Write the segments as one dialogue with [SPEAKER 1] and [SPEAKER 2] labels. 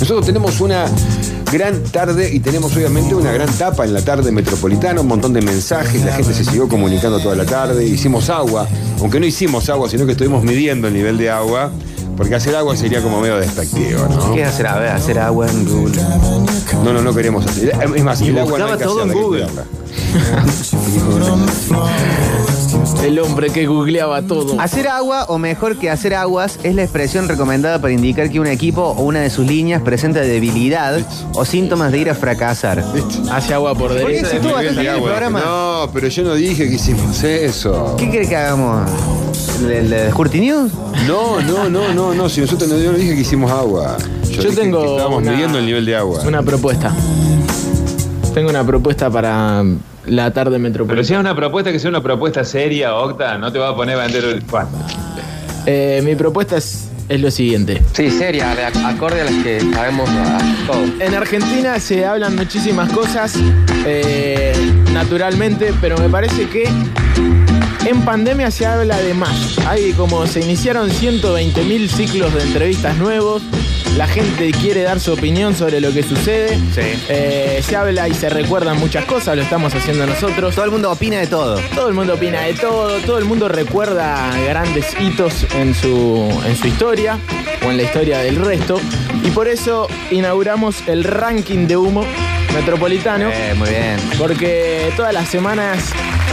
[SPEAKER 1] Nosotros tenemos una gran tarde y tenemos obviamente una gran tapa en la tarde metropolitana, un montón de mensajes, la gente se siguió comunicando toda la tarde, hicimos agua, aunque no hicimos agua, sino que estuvimos midiendo el nivel de agua, porque hacer agua sería como medio despectivo, ¿no?
[SPEAKER 2] ¿Qué hacer? A ver, hacer agua en Google.
[SPEAKER 1] No, no, no queremos hacer. Es más,
[SPEAKER 2] Y
[SPEAKER 1] el agua no hay
[SPEAKER 2] buscaba
[SPEAKER 1] que
[SPEAKER 2] todo en
[SPEAKER 1] hacerla, hay que
[SPEAKER 2] Google.
[SPEAKER 1] cuidarla.
[SPEAKER 3] El hombre que googleaba todo.
[SPEAKER 2] Hacer agua, o mejor que hacer aguas, es la expresión recomendada para indicar que un equipo o una de sus líneas presenta debilidad o síntomas de ir a fracasar.
[SPEAKER 3] Hace agua por
[SPEAKER 2] ¿Por qué
[SPEAKER 3] derecha.
[SPEAKER 2] si
[SPEAKER 3] de
[SPEAKER 2] tú
[SPEAKER 3] mi-
[SPEAKER 2] bastante bien el
[SPEAKER 1] Agua,
[SPEAKER 2] programa?
[SPEAKER 1] No, pero yo no dije que hicimos eso.
[SPEAKER 2] ¿Qué crees que hagamos? ¿El, el Curti News?
[SPEAKER 1] No, no, no, no, no. Si nosotros no, yo no dije que hicimos agua.
[SPEAKER 3] Yo,
[SPEAKER 1] dije
[SPEAKER 3] tengo.
[SPEAKER 1] que estábamos
[SPEAKER 3] una-
[SPEAKER 1] midiendo el nivel de agua.
[SPEAKER 3] Una propuesta. Tengo una propuesta para mm, la tarde
[SPEAKER 4] Pero si
[SPEAKER 3] metropolitana.
[SPEAKER 4] es una propuesta que sea una propuesta seria, Octa, no te va a poner bandero el Basta.
[SPEAKER 3] Eh, mi propuesta es, es lo siguiente.
[SPEAKER 5] Sí, seria, de ac- acorde a las que sabemos ah, todo.
[SPEAKER 3] En Argentina se hablan muchísimas cosas, eh, naturalmente, pero me parece que en pandemia se habla de más. Hay como se iniciaron 120.000 ciclos de entrevistas nuevos. La gente quiere dar su opinión sobre lo que sucede.
[SPEAKER 2] Sí.
[SPEAKER 3] Eh, se habla y se recuerdan muchas cosas, lo estamos haciendo nosotros.
[SPEAKER 2] Todo el mundo opina de todo.
[SPEAKER 3] Todo el mundo opina de todo, todo el mundo recuerda grandes hitos en su, en su historia o en la historia del resto. Y por eso inauguramos el ranking de humo metropolitano,
[SPEAKER 2] Eh, muy bien.
[SPEAKER 3] porque todas las semanas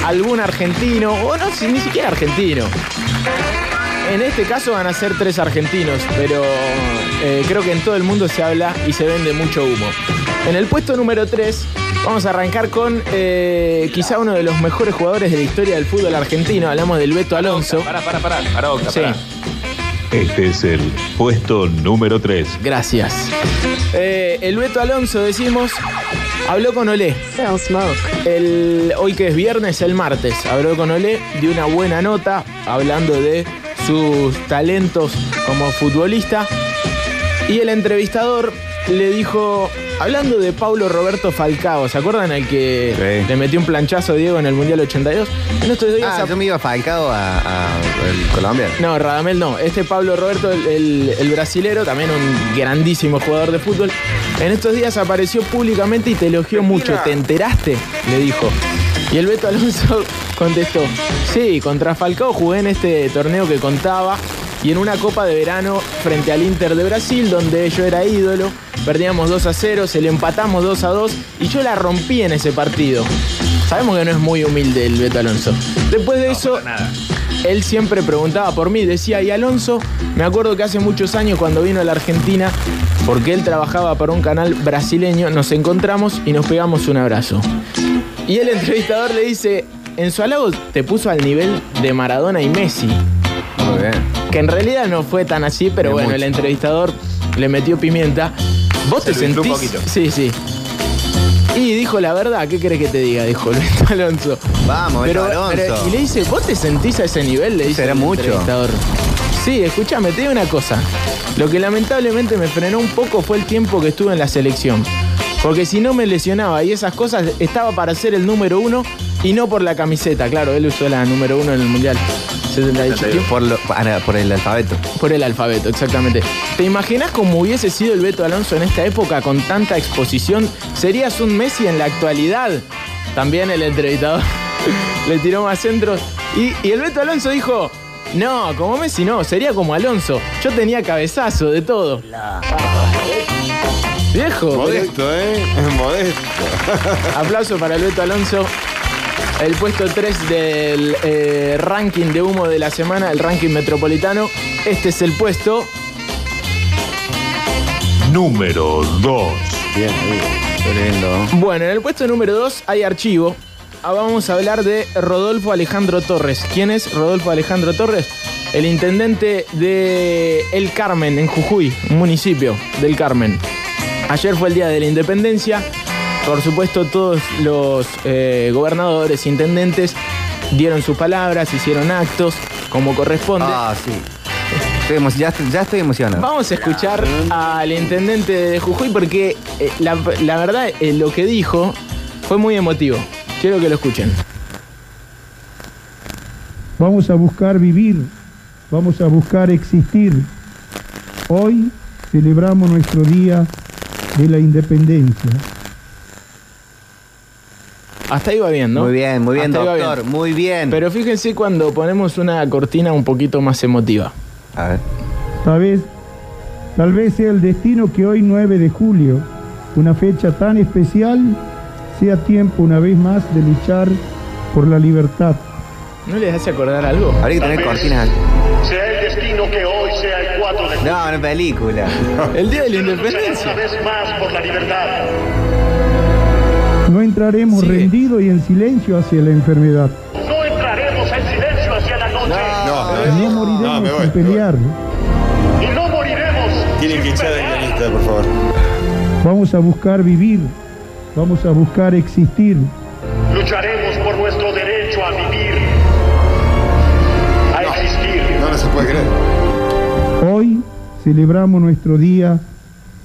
[SPEAKER 3] algún argentino, o no, si ni siquiera argentino. En este caso van a ser tres argentinos, pero eh, creo que en todo el mundo se habla y se vende mucho humo. En el puesto número 3 vamos a arrancar con eh, quizá uno de los mejores jugadores de la historia del fútbol argentino. Hablamos del Beto Alonso.
[SPEAKER 4] Pará, pará, pará. Pará, Octa,
[SPEAKER 3] Sí.
[SPEAKER 4] pará.
[SPEAKER 6] Este es el puesto número 3.
[SPEAKER 3] Gracias. Eh, el Beto Alonso, decimos, habló con Olé.
[SPEAKER 7] Sell smoke.
[SPEAKER 3] El, hoy que es viernes, el martes, habló con Olé, dio una buena nota hablando de sus talentos como futbolista. Y el entrevistador le dijo, hablando de Paulo Roberto Falcao, ¿se acuerdan al que
[SPEAKER 2] Sí.
[SPEAKER 3] le metió un planchazo a Diego en el Mundial 82? En estos días
[SPEAKER 2] Ah,
[SPEAKER 3] ap-
[SPEAKER 2] yo me iba falcado a, a- el Colombia.
[SPEAKER 3] no, Radamel no. Este Pablo Roberto, el, el- el brasilero, también un grandísimo jugador de fútbol, en estos días apareció públicamente y te elogió mucho. ¿Te enteraste? Le dijo. Y el Beto Alonso contestó, sí, contra Falcao jugué en este torneo que contaba y en una copa de verano frente al Inter de Brasil, donde yo era ídolo, perdíamos 2 a 0, se le empatamos 2 a 2 y yo la rompí en ese partido. Sabemos que no es muy humilde el Beto Alonso. Después de eso, él siempre preguntaba por mí, decía, y Alonso, me acuerdo que hace muchos años cuando vino a la Argentina, porque él trabajaba para un canal brasileño, nos encontramos y nos pegamos un abrazo. Y el entrevistador le dice, en su halago te puso al nivel de Maradona y Messi,
[SPEAKER 2] Muy bien.
[SPEAKER 3] que en realidad no fue tan así, pero bueno, el entrevistador le metió pimienta. ¿Vos te
[SPEAKER 4] Se lo infló
[SPEAKER 3] sentís?
[SPEAKER 4] un poquito.
[SPEAKER 3] Sí, sí. Y dijo la verdad, ¿qué querés que te diga? Dijo Luis Alonso.
[SPEAKER 2] Vamos, Beto
[SPEAKER 3] Pero-
[SPEAKER 2] Alonso.
[SPEAKER 3] pero- y le dice, ¿vos te sentís a ese nivel? Le dice
[SPEAKER 2] Será
[SPEAKER 3] el
[SPEAKER 2] mucho.
[SPEAKER 3] entrevistador. Sí, escúchame, te digo una cosa. Lo que lamentablemente me frenó un poco fue el tiempo que estuve en la selección. Porque si no me lesionaba y esas cosas, estaba para ser el número uno y no por la camiseta. Claro, él usó la número uno en el Mundial. 78. ¿Quién
[SPEAKER 2] por, lo- para- por el alfabeto.
[SPEAKER 3] por el alfabeto, exactamente. ¿Te imaginas cómo hubiese sido el Beto Alonso en esta época con tanta exposición? Serías un Messi en la actualidad. También el entrevistador le tiró más centros. Y, y el Beto Alonso dijo, no, como Messi no, sería como Alonso. Yo tenía cabezazo de todo. Viejo, pero-
[SPEAKER 1] Modesto, ¿eh? Modesto.
[SPEAKER 3] aplauso para el Beto Alonso. El puesto 3 del eh, ranking de humo de la semana, el ranking metropolitano. Este es el puesto
[SPEAKER 6] Número 2.
[SPEAKER 1] Bien, bien.
[SPEAKER 3] Bueno, en el puesto número 2 hay archivo. Ah, Vamos a hablar de Rodolfo Alejandro Torres. ¿Quién es Rodolfo Alejandro Torres? El intendente de El Carmen, en Jujuy, un municipio del Carmen. Ayer fue el Día de la Independencia. Por supuesto, todos los eh, gobernadores, intendentes, dieron sus palabras, hicieron actos como corresponde.
[SPEAKER 2] Ah, sí. Estoy emo- ya, ya estoy emocionado.
[SPEAKER 3] Vamos a escuchar al intendente de Jujuy porque eh, la, la verdad eh, lo que dijo fue muy emotivo. Quiero que lo escuchen.
[SPEAKER 8] vamos a buscar vivir, vamos a buscar existir. Hoy
[SPEAKER 7] celebramos nuestro Día de la Independencia.
[SPEAKER 3] Hasta ahí va bien, ¿no?
[SPEAKER 2] Muy bien, muy bien,
[SPEAKER 3] Hasta ahí va
[SPEAKER 2] doctor.
[SPEAKER 3] bien.
[SPEAKER 2] Muy bien.
[SPEAKER 3] Pero fíjense cuando ponemos una cortina un poquito más emotiva.
[SPEAKER 2] A ver.
[SPEAKER 7] Tal vez, tal vez sea el destino que hoy 9 de julio, una fecha tan especial, sea tiempo una vez más de luchar por la libertad.
[SPEAKER 3] ¿No les hace acordar algo?
[SPEAKER 2] Habría que tener cortinas.
[SPEAKER 8] Sea el destino que hoy sea el 4 de
[SPEAKER 2] No, una película.
[SPEAKER 3] El día de la
[SPEAKER 8] Lucharé una
[SPEAKER 3] independencia.
[SPEAKER 8] vez más por la libertad.
[SPEAKER 7] No entraremos
[SPEAKER 3] Sigue.
[SPEAKER 7] rendidos y en silencio hacia la enfermedad.
[SPEAKER 8] No entraremos en silencio hacia la noche
[SPEAKER 7] No
[SPEAKER 9] No, Ah,
[SPEAKER 7] moriremos
[SPEAKER 9] me voy,
[SPEAKER 7] sin
[SPEAKER 9] me voy.
[SPEAKER 7] pelear.
[SPEAKER 8] y no moriremos.
[SPEAKER 9] Tienen que
[SPEAKER 8] sin
[SPEAKER 9] echar al
[SPEAKER 8] pelear.
[SPEAKER 9] guionista, por favor.
[SPEAKER 7] Vamos a buscar vivir. Vamos a buscar existir.
[SPEAKER 8] Lucharemos por nuestro derecho a vivir, a existir.
[SPEAKER 9] No, no se puede creer.
[SPEAKER 7] Hoy celebramos nuestro Día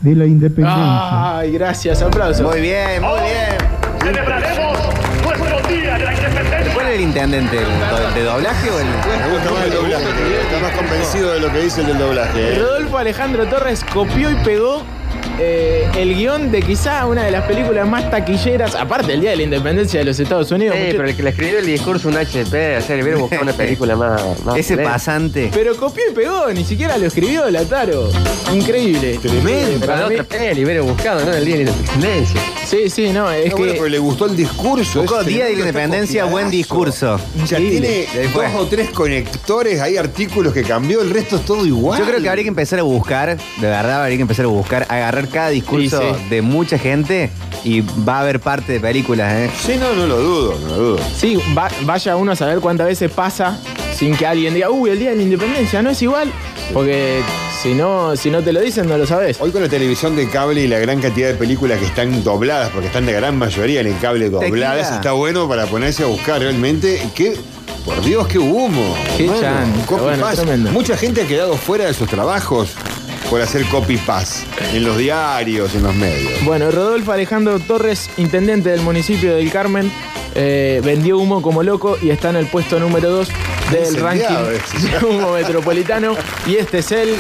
[SPEAKER 7] de la Independencia.
[SPEAKER 3] Ay, gracias, aplausos.
[SPEAKER 2] Muy bien, muy bien.
[SPEAKER 8] Celebraremos nuestro día de la independencia.
[SPEAKER 2] ¿Cuál es el intendente? ¿El do- de doblaje o el.?
[SPEAKER 9] Me gusta más el doblaje. Está más convencido de lo que dice el del doblaje. ¿eh?
[SPEAKER 3] Rodolfo Alejandro Torres copió y pegó eh, el guión de quizá una de las películas más taquilleras, aparte el Día de la Independencia de los Estados Unidos.
[SPEAKER 5] Sí,
[SPEAKER 3] muchachos.
[SPEAKER 5] pero el que le escribió el discurso un HP, o sea, le hubiera buscado una película más. más
[SPEAKER 2] Ese
[SPEAKER 5] leve.
[SPEAKER 2] pasante.
[SPEAKER 3] Pero copió y pegó, ni siquiera lo escribió Lataro. Increíble.
[SPEAKER 1] Tremendo.
[SPEAKER 5] Para
[SPEAKER 3] Para mí-
[SPEAKER 5] otra peli, hubiera buscado, ¿no? El día de la independencia.
[SPEAKER 3] Sí, sí, no, es
[SPEAKER 1] No,
[SPEAKER 3] que
[SPEAKER 1] bueno, pero le gustó el discurso.
[SPEAKER 2] Buscó
[SPEAKER 1] es
[SPEAKER 2] Día de la
[SPEAKER 1] tremendo, está
[SPEAKER 2] Independencia,
[SPEAKER 1] copiadazo.
[SPEAKER 2] buen discurso.
[SPEAKER 1] O sea,
[SPEAKER 3] Increíble.
[SPEAKER 1] tiene
[SPEAKER 2] Y ahí fue.
[SPEAKER 1] dos o tres conectores, hay artículos que cambió, el resto es todo igual.
[SPEAKER 2] Yo creo que habría que empezar a buscar, de verdad habría que empezar a buscar, agarrar cada discurso
[SPEAKER 3] Sí, sí.
[SPEAKER 2] de mucha gente y va a haber parte de películas, ¿eh?
[SPEAKER 1] Sí, no, no lo dudo, no lo dudo.
[SPEAKER 3] sí, va- vaya uno a saber cuántas veces pasa sin que alguien diga, uy, el Día de la Independencia no es igual. Porque si no, si no te lo dicen, no lo sabes.
[SPEAKER 1] Hoy con la televisión de cable y la gran cantidad de películas que están dobladas, porque están la gran mayoría en el cable dobladas,
[SPEAKER 2] Tequila.
[SPEAKER 1] está bueno para ponerse a buscar realmente qué. Por Dios, qué humo.
[SPEAKER 3] Qué
[SPEAKER 1] hermano.
[SPEAKER 3] chanta,
[SPEAKER 1] Copy
[SPEAKER 3] bueno,
[SPEAKER 1] paste.
[SPEAKER 3] tremendo.
[SPEAKER 1] Mucha gente ha quedado fuera de sus trabajos por hacer copy paste en los diarios, en los medios.
[SPEAKER 3] Bueno, Rodolfo Alejandro Torres, intendente del municipio del Carmen, eh, vendió humo como loco y está en el puesto número 2 del
[SPEAKER 1] Incendiado
[SPEAKER 3] ranking
[SPEAKER 1] es.
[SPEAKER 3] de humo metropolitano. Y este es el.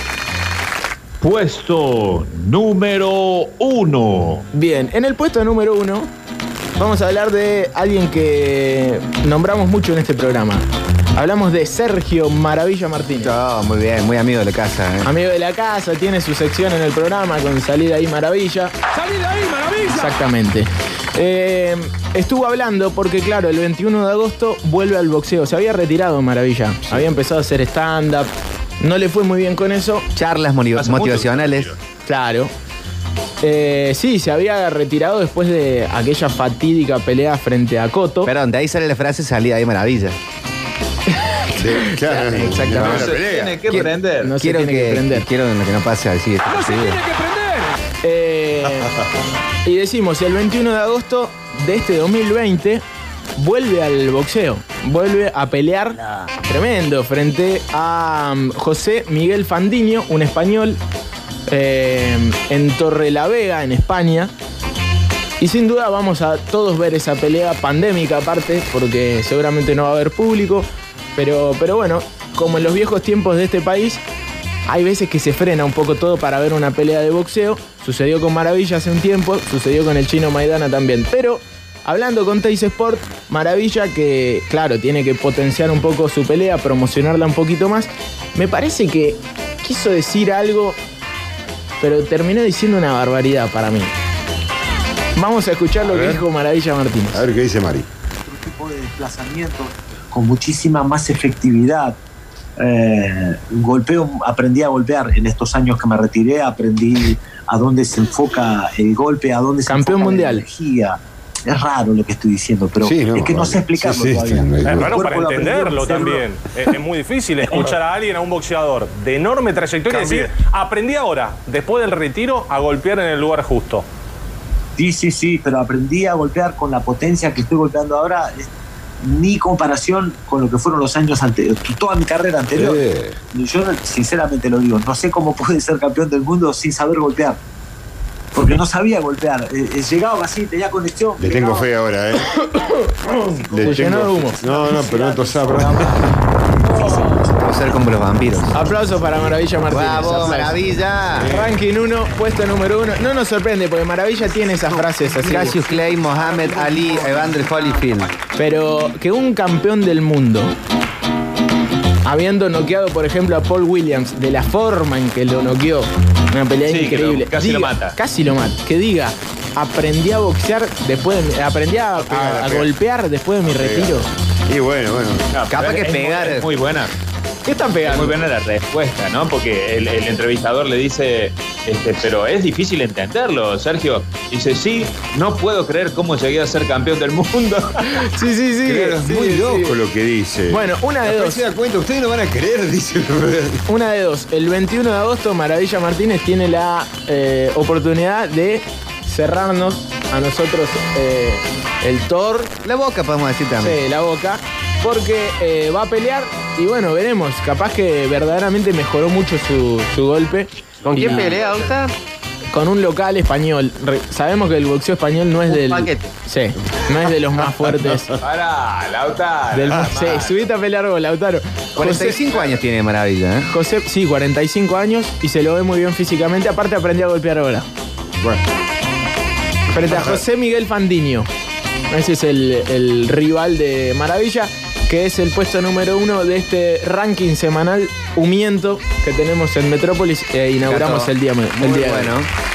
[SPEAKER 6] Puesto número uno.
[SPEAKER 3] Bien, en el puesto número 1 vamos a hablar de alguien que nombramos mucho en este programa. Hablamos de Sergio Maravilla Martínez.
[SPEAKER 2] Oh, muy bien, muy amigo de la casa, ¿eh?
[SPEAKER 3] Amigo de la casa, tiene su sección en el programa con Salida ahí Maravilla. ¡Salida ahí Maravilla! Exactamente. Eh, estuvo hablando porque, claro, el 21 de agosto vuelve al boxeo. Se había retirado Maravilla. Había empezado a hacer stand-up. No le fue muy bien con eso.
[SPEAKER 2] Charlas moni-
[SPEAKER 9] Hace mucho
[SPEAKER 2] motivacionales.
[SPEAKER 9] que no
[SPEAKER 3] Claro. Eh, sí, se había retirado después de aquella fatídica pelea frente a
[SPEAKER 4] Oh.
[SPEAKER 3] Coto.
[SPEAKER 2] Perdón, de ahí sale la frase salida de maravilla.
[SPEAKER 1] De- claro,
[SPEAKER 3] Exactamente.
[SPEAKER 1] de
[SPEAKER 4] No
[SPEAKER 1] la
[SPEAKER 4] se
[SPEAKER 1] pelea.
[SPEAKER 4] tiene que
[SPEAKER 2] ¿Qué-
[SPEAKER 4] prender.
[SPEAKER 3] no se
[SPEAKER 2] quiero
[SPEAKER 3] tiene que, prender.
[SPEAKER 2] quiero que no pase así. este, Sí.
[SPEAKER 3] Eh, y decimos, el 21 de agosto de este 2020 vuelve al boxeo, vuelve a pelear tremendo frente a um, José Miguel Fandiño, un español, eh, en Torre la Vega, en España. Y sin duda vamos a todos ver esa pelea pandémica aparte, porque seguramente no va a haber público. Pero, pero bueno, como en los viejos tiempos de este país, hay veces que se frena un poco todo para ver una pelea de boxeo. Sucedió con Maravilla hace un tiempo, sucedió con el chino Maidana también. Pero hablando con Teis Sport, Maravilla que, claro, tiene que potenciar un poco su pelea, promocionarla un poquito más. Me parece que quiso decir algo, pero terminó diciendo una barbaridad para mí. Vamos a escuchar lo que dijo Maravilla Martínez.
[SPEAKER 1] A ver qué dice Mari.
[SPEAKER 10] otro tipo de desplazamiento con muchísima más efectividad. Eh, golpeo, aprendí a golpear en estos años que me retiré, aprendí a dónde se enfoca el golpe, a dónde se
[SPEAKER 3] Campeón
[SPEAKER 10] enfoca
[SPEAKER 3] mundial.
[SPEAKER 10] la energía. Es raro lo que estoy diciendo, pero
[SPEAKER 1] Sí, no,
[SPEAKER 10] es que no
[SPEAKER 1] bueno.
[SPEAKER 10] sé explicarlo
[SPEAKER 1] Sí, sí,
[SPEAKER 10] todavía.
[SPEAKER 1] sí, no hay
[SPEAKER 10] El
[SPEAKER 1] duda.
[SPEAKER 11] Claro, para
[SPEAKER 10] cuerpo lo aprendió a
[SPEAKER 11] entenderlo
[SPEAKER 10] hacerlo.
[SPEAKER 11] también. es, es muy difícil escuchar a alguien, a un boxeador de enorme trayectoria, y decir, aprendí ahora, después del retiro, a golpear en el lugar justo.
[SPEAKER 10] Sí, sí, sí, pero aprendí a golpear con la potencia que estoy golpeando ahora. es Ni comparación con lo que fueron los años anteriores, toda mi carrera anterior.
[SPEAKER 1] Eh,
[SPEAKER 10] Yo sinceramente lo digo, no sé cómo pude ser campeón del mundo sin saber golpear. Porque no sabía golpear. Eh, eh, llegaba así, tenía conexión.
[SPEAKER 1] le tengo
[SPEAKER 10] pegaba.
[SPEAKER 1] fe ahora, ¿eh? Le
[SPEAKER 3] Se llenó de humo.
[SPEAKER 1] No, no, pero no tosá, bro.
[SPEAKER 10] Sí, sí.
[SPEAKER 2] hacer como los vampiros.
[SPEAKER 3] Aplausos para Maravilla Martínez.
[SPEAKER 2] Bravo,
[SPEAKER 3] aplausos.
[SPEAKER 2] Maravilla.
[SPEAKER 3] Ranking 1, puesto número 1. No nos sorprende porque Maravilla tiene esas frases así.
[SPEAKER 2] Cassius Clay, Mohamed Ali, Evander Holyfield.
[SPEAKER 3] Pero que un campeón del mundo, habiendo noqueado, por ejemplo, a Paul Williams, de la forma en que lo noqueó, una pelea
[SPEAKER 4] Sí, que lo-
[SPEAKER 3] increíble.
[SPEAKER 4] casi lo
[SPEAKER 3] diga-
[SPEAKER 4] mata.
[SPEAKER 3] Casi lo mata. Que diga, aprendí a boxear después de mi- aprendí a, a-
[SPEAKER 1] pegar, a
[SPEAKER 3] a
[SPEAKER 1] pegar.
[SPEAKER 3] golpear después de mi retiro.
[SPEAKER 1] Y bueno, bueno.
[SPEAKER 2] Capaz que
[SPEAKER 4] es muy-
[SPEAKER 2] pegar.
[SPEAKER 4] es Muy buena.
[SPEAKER 3] ¿Qué están
[SPEAKER 4] Es
[SPEAKER 3] pegando?
[SPEAKER 4] muy buena la respuesta, ¿no? Porque el, el entrevistador le dice, este, pero es difícil entenderlo, Sergio. Dice, sí, no puedo creer cómo llegué a ser campeón del mundo.
[SPEAKER 3] Sí, sí, sí.
[SPEAKER 1] Claro, es
[SPEAKER 3] sí,
[SPEAKER 1] muy
[SPEAKER 3] sí.
[SPEAKER 1] loco lo que dice.
[SPEAKER 3] Bueno, una de
[SPEAKER 1] Después
[SPEAKER 3] dos.
[SPEAKER 1] se da cuenta, ustedes no van a querer, dice.
[SPEAKER 3] Una de dos. El 21 de agosto, Maravilla Martínez tiene la eh, oportunidad de cerrarnos a nosotros eh, el Thor.
[SPEAKER 2] La boca podemos decir también.
[SPEAKER 3] Sí, la boca. Porque eh, va a pelear y bueno, veremos. Capaz que verdaderamente mejoró mucho su, su golpe.
[SPEAKER 5] ¿Con
[SPEAKER 3] Y
[SPEAKER 5] quién pelea, Octa?
[SPEAKER 3] Con un local español. Re- sabemos que el boxeo español no es
[SPEAKER 5] Un
[SPEAKER 3] del.
[SPEAKER 5] paquete.
[SPEAKER 3] Sí, no es de los más fuertes.
[SPEAKER 4] Pará, Lauta.
[SPEAKER 3] del, sí, subite a pelear vos, Lautaro.
[SPEAKER 2] 45 años tiene Maravilla, ¿eh?
[SPEAKER 3] José, sí, 45 años y se lo ve muy bien físicamente. Aparte aprendió a golpear ahora.
[SPEAKER 1] Bueno.
[SPEAKER 3] Frente a José Miguel Fandiño. Ese es el, el rival de Maravilla, que es el puesto número uno de este ranking semanal humiento que tenemos en Metrópolis e inauguramos
[SPEAKER 2] Gato.
[SPEAKER 3] el día. El
[SPEAKER 2] Muy
[SPEAKER 3] día de hoy.
[SPEAKER 2] bueno.